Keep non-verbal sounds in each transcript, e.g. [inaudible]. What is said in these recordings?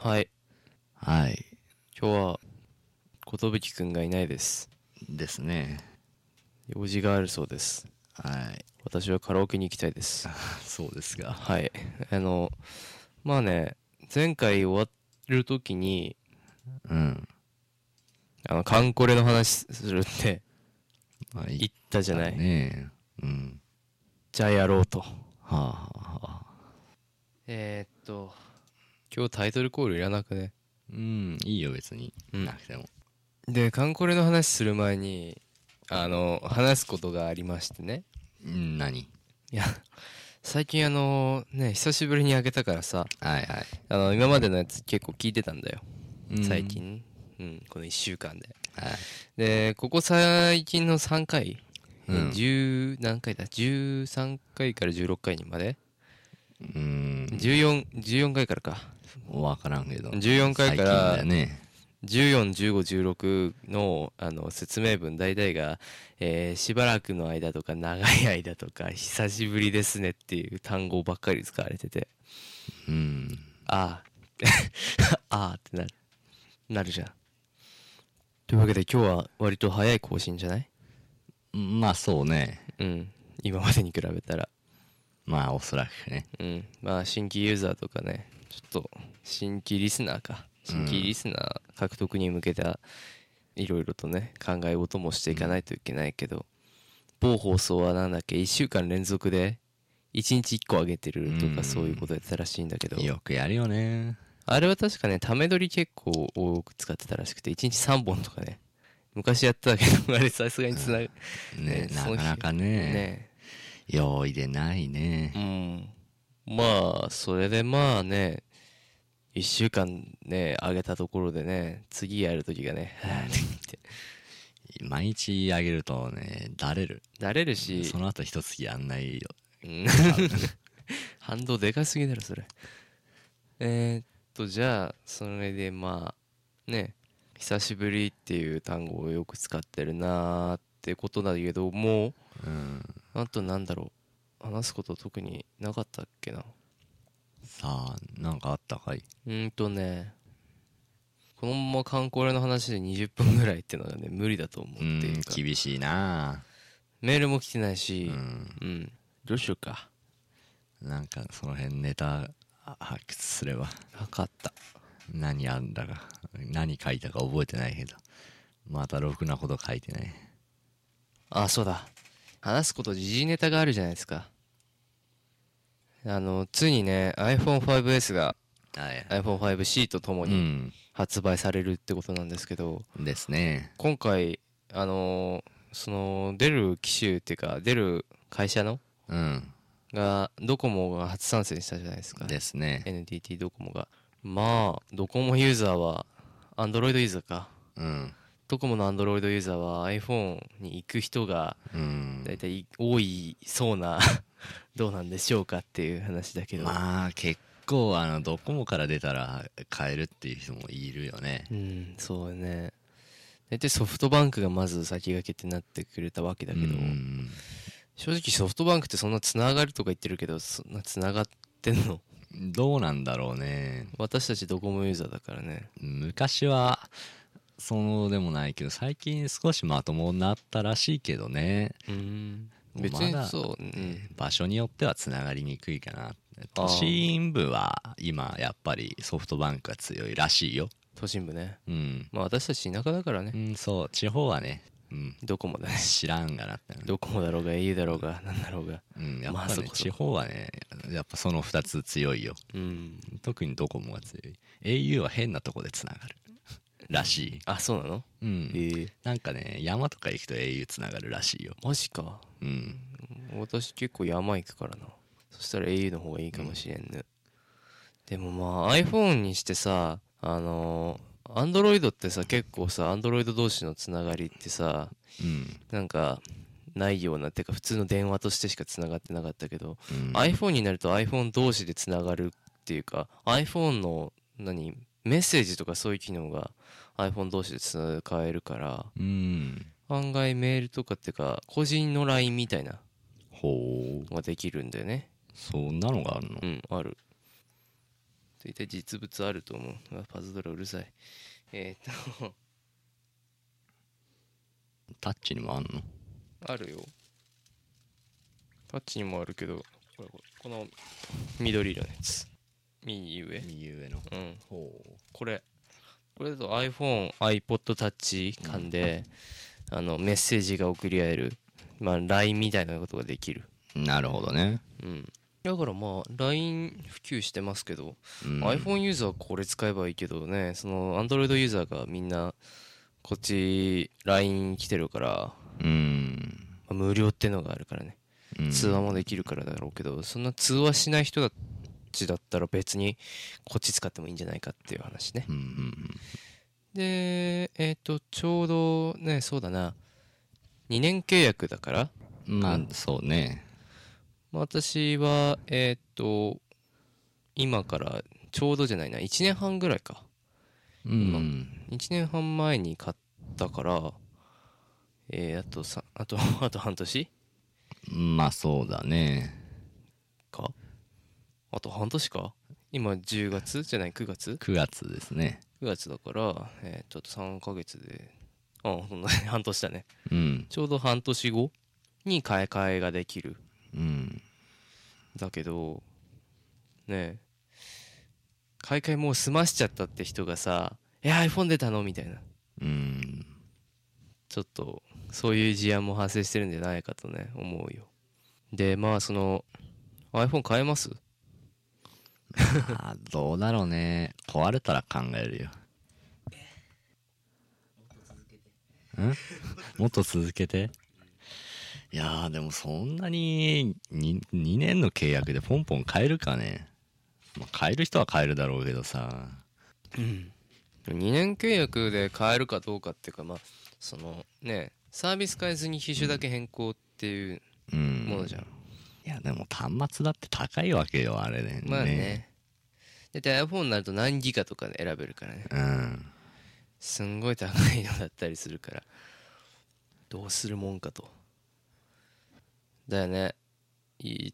はいはい。今日は寿くんがいないですですね。用事があるそうですはい。私はカラオケに行きたいです [laughs] そうですが。はいあのまあね前回終わる時にうん。あのカンコレの話するってまあ、い言ったじゃない、ねえ。うん。じゃあやろうとはあ、はあはあ、えー、っと今日タイトルコールいらなくねうん、いいよ、別に。うんなくても。でカンコレの話する前にあの話すことがありましてねうん、何いや最近あのね久しぶりに開けたからさはいはい。あの今までのやつ結構聞いてたんだようん最。近、うん、この1週間ではい。でここ最近の3回、えうん10何回だ13回から16回にまでうん、 1414回からかわからんけど。 14回か最近だらよね。 141516のあの説明文大体が、えーしばらくの間とか長い間とか久しぶりですね」っていう単語ばっかり使われててうん。 [laughs] ああああってなるなるじゃんというわけで今日は割と早い更新じゃないまあ、そうね。うん今までに比べたらまあ、おそらくね。うんまあ新規ユーザーとかねちょっと新規リスナーか新規リスナー獲得に向けたいろいろとね考え事もしていかないといけないけど、某放送はなんだっけ1週間連続で1日1個上げてるとうかんそういうことやったらしいんだけど、よくやるよね。あれは確かね、ため撮り結構多く使ってたらしくて、1日3本とかね。昔やってたけど、あれさすがにつなぐ。ねねなかなかね。ね用意でないね。うん。まあ、それでまあね、1週間ね、上げたところでね、次やるときがね、はぁって言って。毎日あげるとね、だれる。だれるしそ、の後一月やんないよ。うん反動でかすぎだろ、それ。えーっと、じゃあ、それでまあ、ね、久しぶりっていう単語をよく使ってるなーってことだけど、もうん。う、あとなんだろう、話すこと特になかったっけな。さあ、なんかあったかいうーんとね、このまま観光レの話で20分ぐらいっていうのがね、無理だと思うってうんいうか、厳しいなメールも来てないうし、んうん、どうしようか。なんかその辺ネタあ発掘すればなかった。何あんだか何書いたか覚えてないけどまたろくなこと書いてないあ、そうだ。話すこと時事ネタがあるじゃないですか。あの、ついにね、iPhone5S がはい、 iPhone5C とともうにん発売されるってことなんですけど、ですね今回、あのーその、出る機種っていうか、出る会社のうんが、ドコモが初参戦したじゃないですか。ですね NTT ドコモが。まあ、ドコモユーザーは、Android ユーザーか。うんドコモの Android ユーザーは iPhone に行く人がうん大体多いそうな [laughs] どうなんでしょうかっていう話だけど、まあ結構あのドコモから出たら買えるっていう人もいるよねうんそうね大体ソフトバンクがまず先駆けってなってくれたわけだけど、うん正直ソフトバンクってそんなつながるとか言ってるけどそんなつながってんの [laughs] どうなんだろうね私たちドコモユーザーだからね昔はそうでもないけど最近少しまともになったらしいけどねうんま別だにそう、うん、場所によってはつながりにくいかなあー都心部は今やっぱりソフトバンクが強いらしいよ都心部ねうん、まあ私たち田舎だからね、うん、そう地方はね、うん、ドコモだね [laughs] 知らんがなってな、ドコモだろうが au だろうがなんだろうがうん、やっぱ、ねまあそこそこ地方はねやっぱその2つ強いようん特にドコモが強い au は変なとこでつながるらしあそうなのい、うん、ええなんかね山とか行くと au つながるらしいよマジかうん私結構山行くからなそしたら au の方がいいかもしれんね、でもまあ iPhone にしてさあのー Android ってさ結構さ Android 同士のつながりってさうん、なんかないようなてか普通の電話としてしかつながってなかったけど、うん、 iPhone になると iPhone 同士でつながるっていうか iPhone の何メッセージとかそういう機能が iPhone 同士で使えるからうん案外メールとかってか個人の LINE みたいなほうのができるんだよねそんなのがあるのうん、ある。大体実物あると思う。うわパズドラうるさい。えーっと、タッチにもあんのあるよ。タッチにもあるけど、これこれこの緑色のやつ。右上。右上のうん。ほうこれ。これだと iPhone、iPod Touch 間で、あの、メッセージが送り合える。まあ、LINE みたいなことができる。なるほどね、うん。だからまあ、LINE 普及してますけど、うん、 iPhone ユーザーはこれ使えばいいけどねその Android ユーザーがみんなこっち LINE 来てるから、うん、まあ無料ってのがあるからねうん通話もできるからだろうけどそんな通話しない人たちだったら別にこっち使ってもいいんじゃないかっていう話ねうんうんでえっ、とちょうどねそうだな2年契約だから、うんまあそうねまあ、私はえっ、と今からちょうどじゃないな1年半ぐらいかうん1年半前に買ったから、えー、あとさあとあと半年まあそうだねかあと半年か今10月じゃない9月9月ですね9月だから、えー、ちょっと3ヶ月であ [laughs] そんな半年だねうんちょうど半年後に買い替えができるうんだけどねえ買い替えもう済ましちゃったって人がさ「え iPhone 出たの?」みたいなうんちょっとそういう事案も発生してるんじゃないかとね思うよでまあその iPhone 買えます [laughs] あーどうだろうね壊れたら考えるよんもっと続けていやーでもそんなに 2, 2年の契約でポンポン買えるかね、まあ、買える人は買えるだろうけどさ2年契約で買えるかどうかっていうかまあそのねサービス変えずに機種だけ変更っていううんものじゃん、いやでも端末だって高いわけよあれねまあねだって iPhone になると何ギガとかで選べるからねうんすんごい高いのだったりするからどうするもんかとだよねい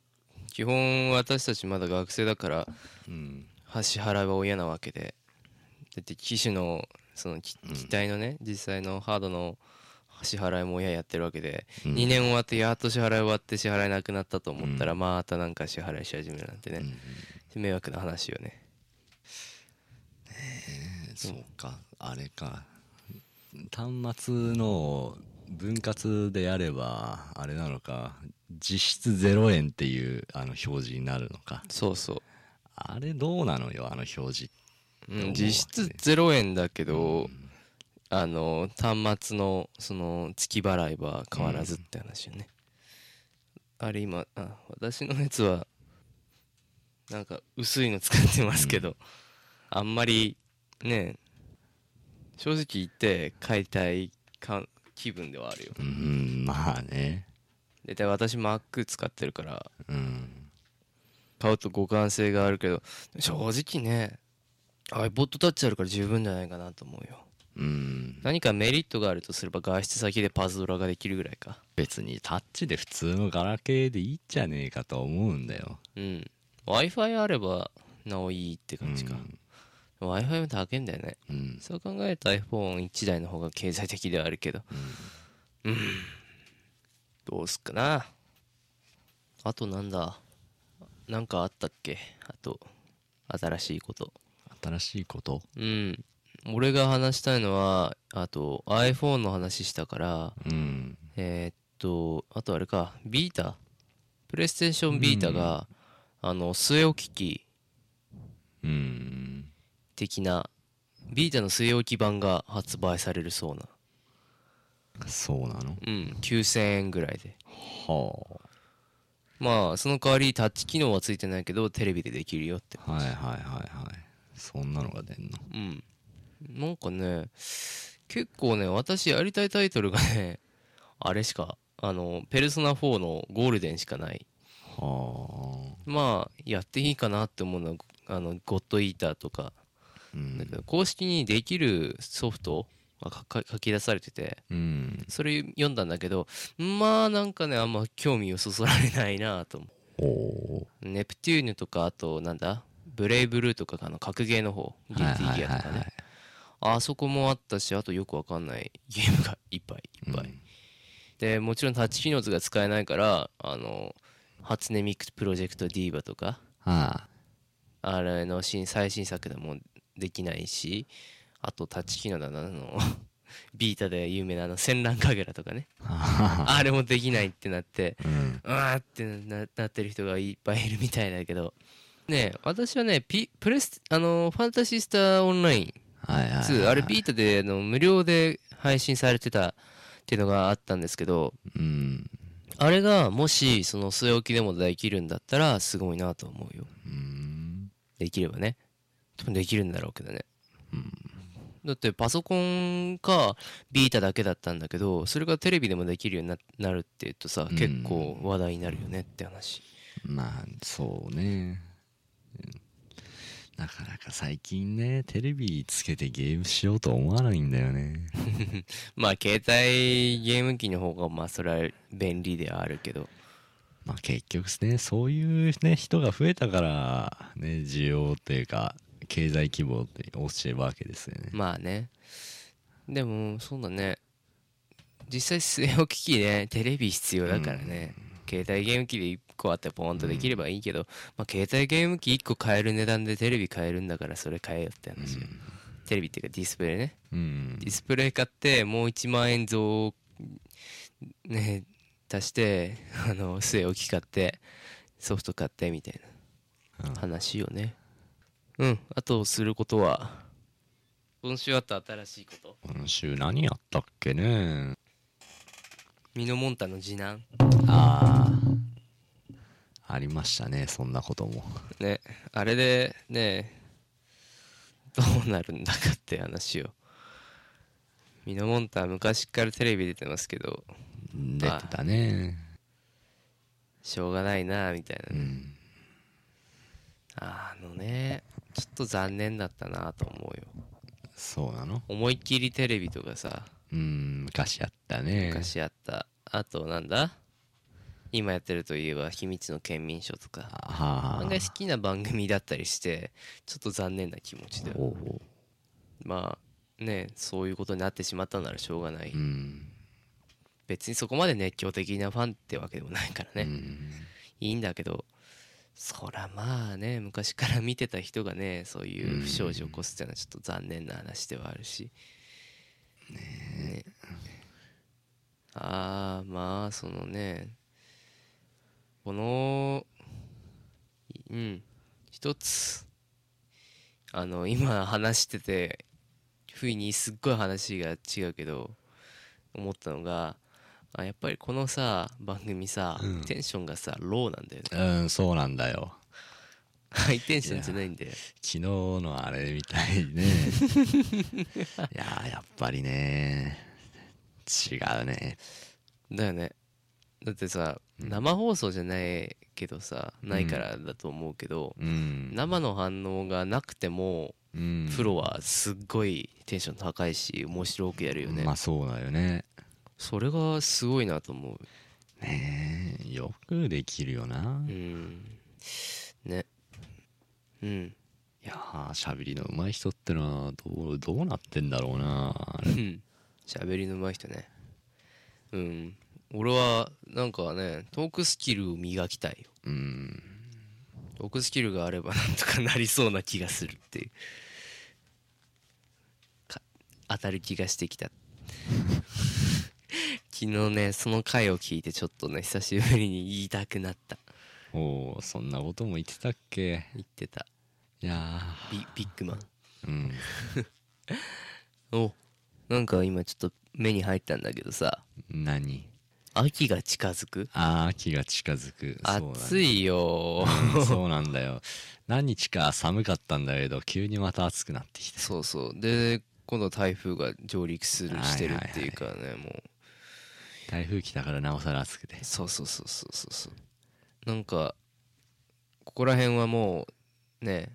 基本私たちまだ学生だからうん支払いは親なわけでだって機種のそのき機体のね、実際のハードの支払いも親やってるわけで、うん2年終わってやっと支払い終わって支払いなくなったと思ったら、またなんか支払いし始めるなんてうね、ん迷惑な話よねそうかあれか端末の分割でやればあれなのか実質0円っていうあの表示になるのかそうそうあれどうなのよあの表示うん思うわ実質0円だけど、あの端末のその月払いは変わらずって話よね、あれ今あ私のやつはなんか薄いの使ってますけど、あんまりね正直言って買いたいか気分ではあるようん、うん、まあね大体私 Mac 使ってるからうん買うと互換性があるけど正直ね iPodTouch あるから十分じゃないかなと思うようん何かメリットがあるとすれば外出先でパズドラができるぐらいか別にタッチで普通のガラケーでいいんじゃねえかと思うんだようん w i f i あればなおいいって感じか、w i f i も高いんだよねうん、うんそう考えると iPhone1 台の方が経済的ではあるけどうんどうすっかなあとなんだなんかあったっけあと新しいこと新しいことうん俺が話したいのはあと iPhone の話したからうんえーっと、あとあれか、ビータ、プレイステーションビータが、あの、据え置き機うん的な、ビータの据え置き版が発売されるそうな、そうなのうん、9000円ぐらいで。はまあ、その代わりタッチ機能はついてないけど、テレビでできるよって。あはいはいはいはいそんなのが出んのうん。なんかね、結構ね、私やりたいタイトルがね、 [laughs] あれしか、あの、ペルソナ4のゴールデンしかない。はまあ、やっていいかなって思うのは、あの、ゴッドイーターとか、あうだけんど公式にできるソフトが書か書き出されててうんそれ読んだんだけどまあなんかねあんま興味をそそられないなと思おうーネプテューヌとかあとなんだブレイブルーとかあの格ゲーの方ギルティギアとかねあそこもあったしあとよくわかんない [laughs] ゲームがいっぱいいっぱい、でもちろんタッチ機能図が使えないからあの初音ミクプロジェクトディーバとかはあれの新最新作でもできないしあとタッチ機能だなあの [laughs] ビータで有名なあの戦乱カゲラとかねああれもできないってなってうんうわーってななってる人がいっぱいいるみたいだけどねえ私はねピプレスあのファンタシースターオンラインはいはい2あれビータであの無料で配信されてたっていうのがあったんですけどうんあれがもしその据え置きでもできるんだったらすごいなと思うようんできればね多分できるんだろうけどねうんだってパソコンかビータだけだったんだけどそれがテレビでもできるようにななるっていうとさうん結構話題になるよねって話まあそうねうんなかなか最近ねテレビつけてゲームしようと思わないんだよねまあ携帯ゲーム機の方がまあそれは便利ではあるけどまあ結局ねそういうね人が増えたからね需要っていうか経済規模って落ちてるわけですよねまあねでもそうだね実際据え置き機ねテレビ必要だからね、携帯ゲーム機で1個あってポンとできればいいけど、まあ、携帯ゲーム機1個買える値段でテレビ買えるんだからそれ買えよって話よ、テレビっていうかディスプレイねうんディスプレイ買ってもう1万円増ね足して [laughs] あの据え置き買ってソフト買ってみたいうんな話よねうんあとすることは今週あった新しいこと今週何やったっけねミノモンタの次男ああありましたねそんなこともねあれでねどうなるんだかって話をミノモンタは昔からテレビ出てますけど出てたねしょうがないなみたいなうね、んあのねちょっと残念だったなと思うよそうなの思いっきりテレビとかさうん昔やったね昔あった、あとなんだ今やってるといえば「秘密の県民賞」とかあ案は外好きな番組だったりしてちょっと残念な気持ちだよおうまあねそういうことになってしまったならしょうがない、うん別にそこまで熱狂的なファンってわけでもないからね、うんいいんだけどそらまあね昔から見てた人がねそういう不祥事を起こすっていうのはちょっと残念な話ではあるしねああまあそのねこのうん一つあの今話してて不意にすっごい話が違うけど思ったのがあやっぱりこのさ番組さ、うんテンションがさローなんだよね [laughs] うんそうなんだよハイテンションじゃないんだよ昨日のあれみたい [laughs] ねいやーやっぱりね違うねだよねだってさ生放送じゃないけどさないからだと思うけど、うん生の反応がなくてもうんプロはすっごいテンション高いし面白くやるよね、まあそうだよねそれがすごいなと思ねえよくできるよなううんねうん [coughs] いやーしゃべりの上手い人ってのはどうどうなってんだろうなあれうん喋りの上手い人ねうん俺はなんかねトークスキルを磨きたいようんトークスキルがあればなんとかなりそうな気がするっていうか当たる気がしてきた昨日ねその回を聞いてちょっとね久しぶりに言いたくなったおおそんなことも言ってたっけ言ってたいやビビッグマンーうんおなんか今ちょっと目に入ったんだけどさ何秋が近づくあー秋が近づく暑いいよそうなんだよ何日か寒かったんだけど急にまた暑くなってきてそうそうで今度台風が上陸するしてるっていうからね、もう台風来たからなおさら暑くてそうそうそうそうそうそうなんかここら辺はもうね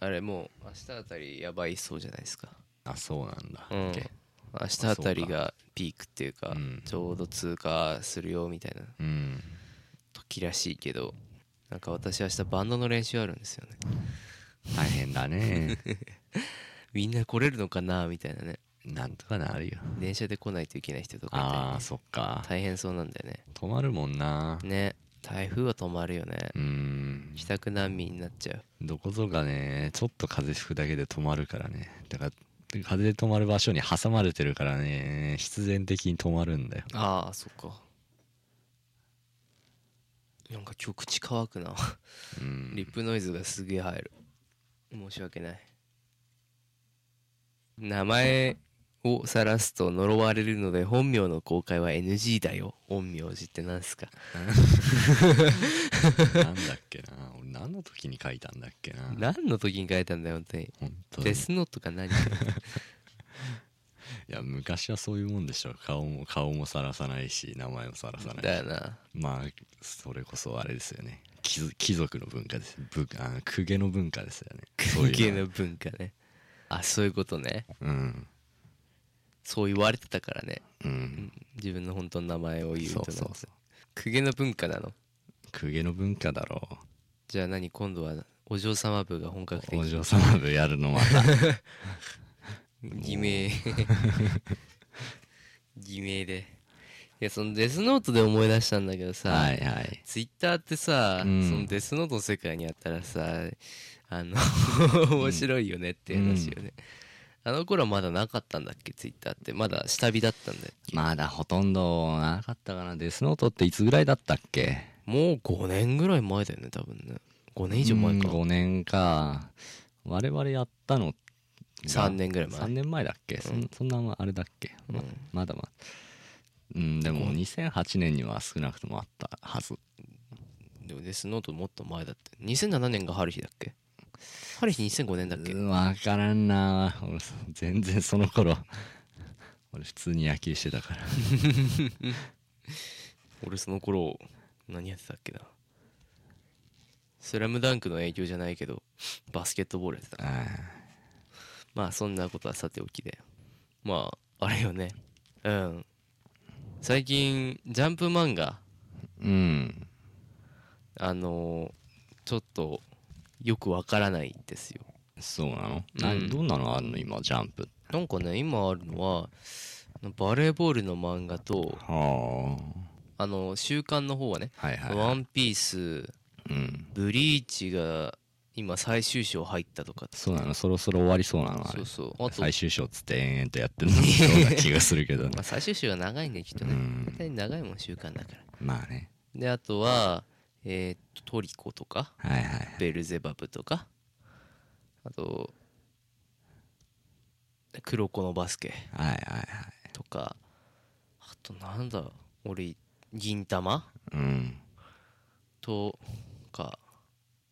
あれもう明日あたりやばいそうじゃないですかあそうなんだ、うんけ明日あたりがピークっていうかうんちょうど通過するよみたいなうん時らしいけどなんか私明日バンドの練習あるんですよね大変だねみんな来れるのかなみたいなねなんとかなるよ電車で来ないといけない人とかいたりねあーそっか大変そうなんだよね止まるもんなね台風は止まるよねうーん帰宅難民になっちゃうどこぞがねちょっと風吹くだけで止まるからねだから風で止まる場所に挟まれてるからね必然的に止まるんだよああそっかなんか今日口乾くなうんリップノイズがすげえ入る申し訳ない名前を晒すと呪われるので本名の公開は NG だよ陰陽師って何すかなんだっけな俺何の時に書いたんだっけな何の時に書いたんだよ本当に本当にデいスノートか何や昔はそういうもんでしょ顔も顔もさらさないし名前もさらさないだよしなまあそれこそあれですよね貴族貴族の文化ですぶあの公家の文化ですよねそう風い景うのの文化ねあそういうことねうんそう言われてたからねうん自分の本当の名前を言うとそうそうそ公家の文化なの公家の文化だろじゃあ何今度はお嬢様部が本格うお的嬢様部やるの [laughs] また偽名偽名でいやそのデスノートで思い出したんだけどさ、はいはいツイッターってさ、うんそのデスノートの世界にあったらさあの面白いよねっていう話よね、あの頃はまだなかったんだっけツイッターってまだ下火だったんだよまだほとんどなかったかなデスノートっていつぐらいだったっけもう5年ぐらい前だよね多分ね5年以上前か5年か我々やったの3年ぐらい前3年前だっけ、そん、そんなあれだっけ、ままだまだうんでも2008年には少なくともあったはずでもデスノートもっと前だって2007年が春日だっけ春日2005年だっけうんわからんな俺全然その頃 [laughs] 俺普通に野球してたから [laughs] 俺その頃何やってたっけなスラムダンクの影響じゃないけどバスケットボールやってたあまあそんなことはさておきでまああれよねうん最近ジャンプ漫画ーうんあのーちょっとよくわからないんですよそうなの、なうんどんなのあるの今ジャンプなんかね今あるのはバレーボールの漫画とはああの週刊の方はねはいはい、ワンピース、うんブリーチが今最終章入ったとかってそうなのそろそろ終わりそうなのあれそうそう。あと、最終章っつって延々とやってるのそうな気がするけど [laughs] まあ、最終章が長いんできっとうね。ん大体長いもん習慣だから。まあねで、あとは、えーっと、トリコとか、はいはいベルゼバブとか、あと、黒子のバスケはいはいはいとか、あとなんだ、俺、銀玉うんとか、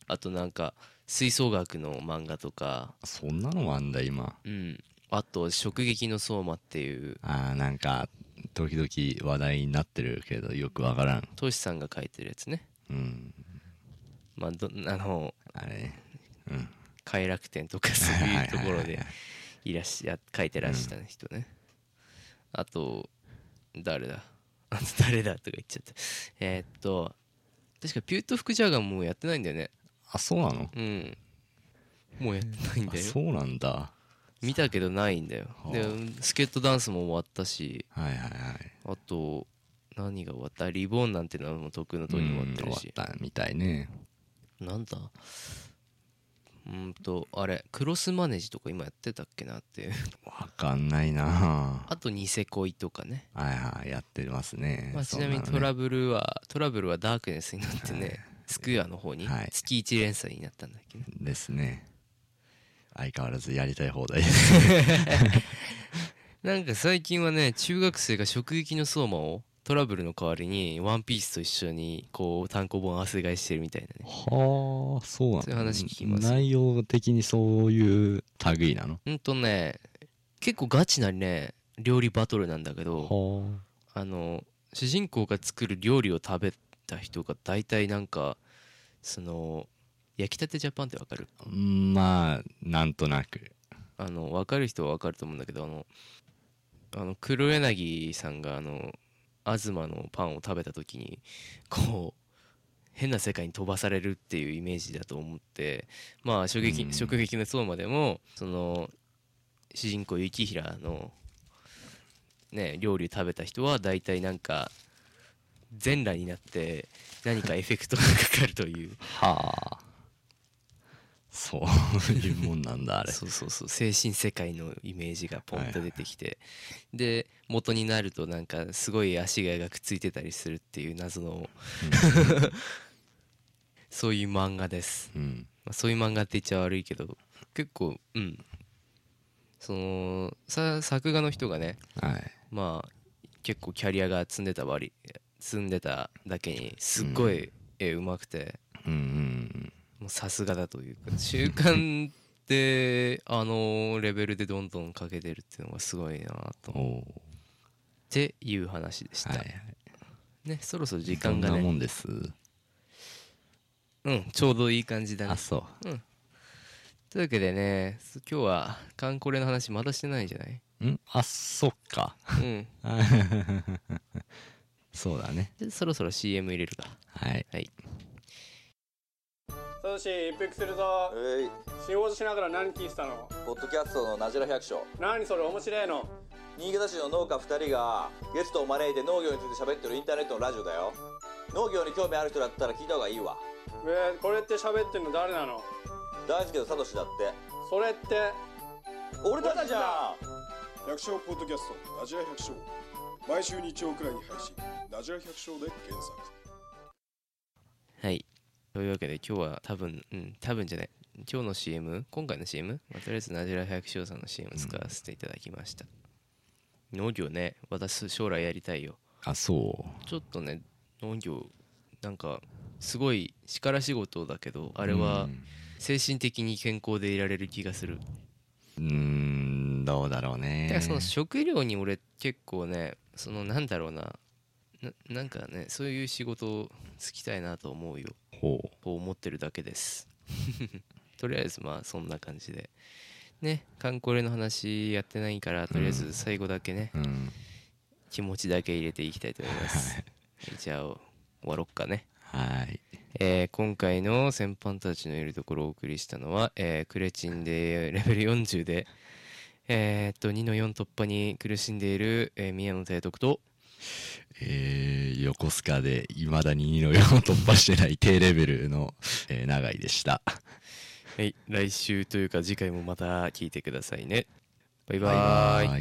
あとなんか、吹奏楽の漫画とか、そんなのもあんだ今うん、あと「食撃の相馬」っていうあーなんか時々話題になってるけどよくわからんトシさんが書いてるやつねうんまあどあのあれねうん快楽天とかそういうところはいはいはいではいいらっしゃ書いてらっしゃった人ね、あと誰だ [laughs] あと誰だとか言っちゃったえーっと確かピュート・フクジャーガンもうやってないんだよねあそうなのうんもうやってないんあだよそうなんだ見たけどないんだよあでスケートダンスも終わったしはいはいはいあと何が終わったリボーンなんてのはもう得意の通りに終わってるしうん終わったみたいねなんだうーんとあれクロスマネジとか今やってたっけなっていうわかんないなあとニセ恋とかね、はいはいやってますねまあ、ちなみにそトんのねラブルはトラブルはダークネスになってはいねスクエアの方にはい月1連載になったんだっけねですね相変わらずやりたい放題ですなんか最近はね中学生が食撃の相馬をトラブルの代わりにワンピースと一緒にこう単行本汗買いしてるみたいなねはあそうなのそういう話聞きます内容的にそういう類なのほんとね結構ガチなね料理バトルなんだけどはああの主人公が作る料理を食べた人が大体なんかその焼きたてジャパンってわかるうんまあなんとなくあのわかる人はわかると思うんだけどあのあの黒柳さんがあの東のパンを食べた時にこう変な世界に飛ばされるっていうイメージだと思ってまあ「衝撃うん直撃の相馬」でもその主人公雪平の、ね、料理を食べた人は大体なんか全裸になって何かエフェクトがかかるというはあそういうもんなん [laughs] だあれそうそうそう精神世界のイメージがポンと出てきて、で元になるとなんかすごい足ががくっついてたりするっていう謎の [laughs] そういう漫画です、うんまあ、そういう漫画って言っちゃ悪いけど結構うんそのさ作画の人がねはいまあ結構キャリアが積んでた割積んでただけにすっごい絵うまくて、うんうんもうさすがだというか習慣であのレベルでどんどんかけてるっていうのがすごいなとうん思っおうていう話でした、はいはいねそろそろ時ど間んがなもねんですうんちょうどいい感じだあねそうというわけでねす今日はカンコレの話まだしてないんじゃないんあそっか [laughs] うんそうだねじゃあそろそろ CM 入れるかはいサトシ一服するぞうい仕事しながら何聞いてたのポッドキャストのなじら百姓何それ面白いの新潟市の農家2人がゲストを招いて農業について喋ってるインターネットのラジオだよ農業に興味ある人だったら聞いた方がいいわえーこれって喋ってんの誰なの大輔とサトシだってそれって俺たちじゃん百姓ポッドキャストラジラ百姓毎週日曜くらいに配信ラジラ百姓で検索はいというわけで今日は多分うん多分じゃない今日の CM 今回の CM、まあ、とりあえずナジラ百姓さんの CM 使わせていただきました、農業ね私将来やりたいよあそちょっとね農業なんかすごい力仕事だけどあれは精神的に健康でいられる気がする、ううーんどうだろうねだからその食料に俺結構ねそのなんだろうなななんかねそういう仕事をつきたいなと思うよほうこう思ってるだけです [laughs] とりあえずまあそんな感じでね観光の話やってないからとりあえず最後だけね、うん気持ちだけ入れていきたいと思います、じゃあ終わろっかねはいえー今回の先輩たちのいるところをお送りしたのは、えークレチンでレベル40で、えーっと2の4突破に苦しんでいる、えー宮野提督とえー、横須賀でいまだに2の4を突破してない低レベルの、えー、長井でしたはい来週というか次回もまた聞いてくださいねバイバーイバイ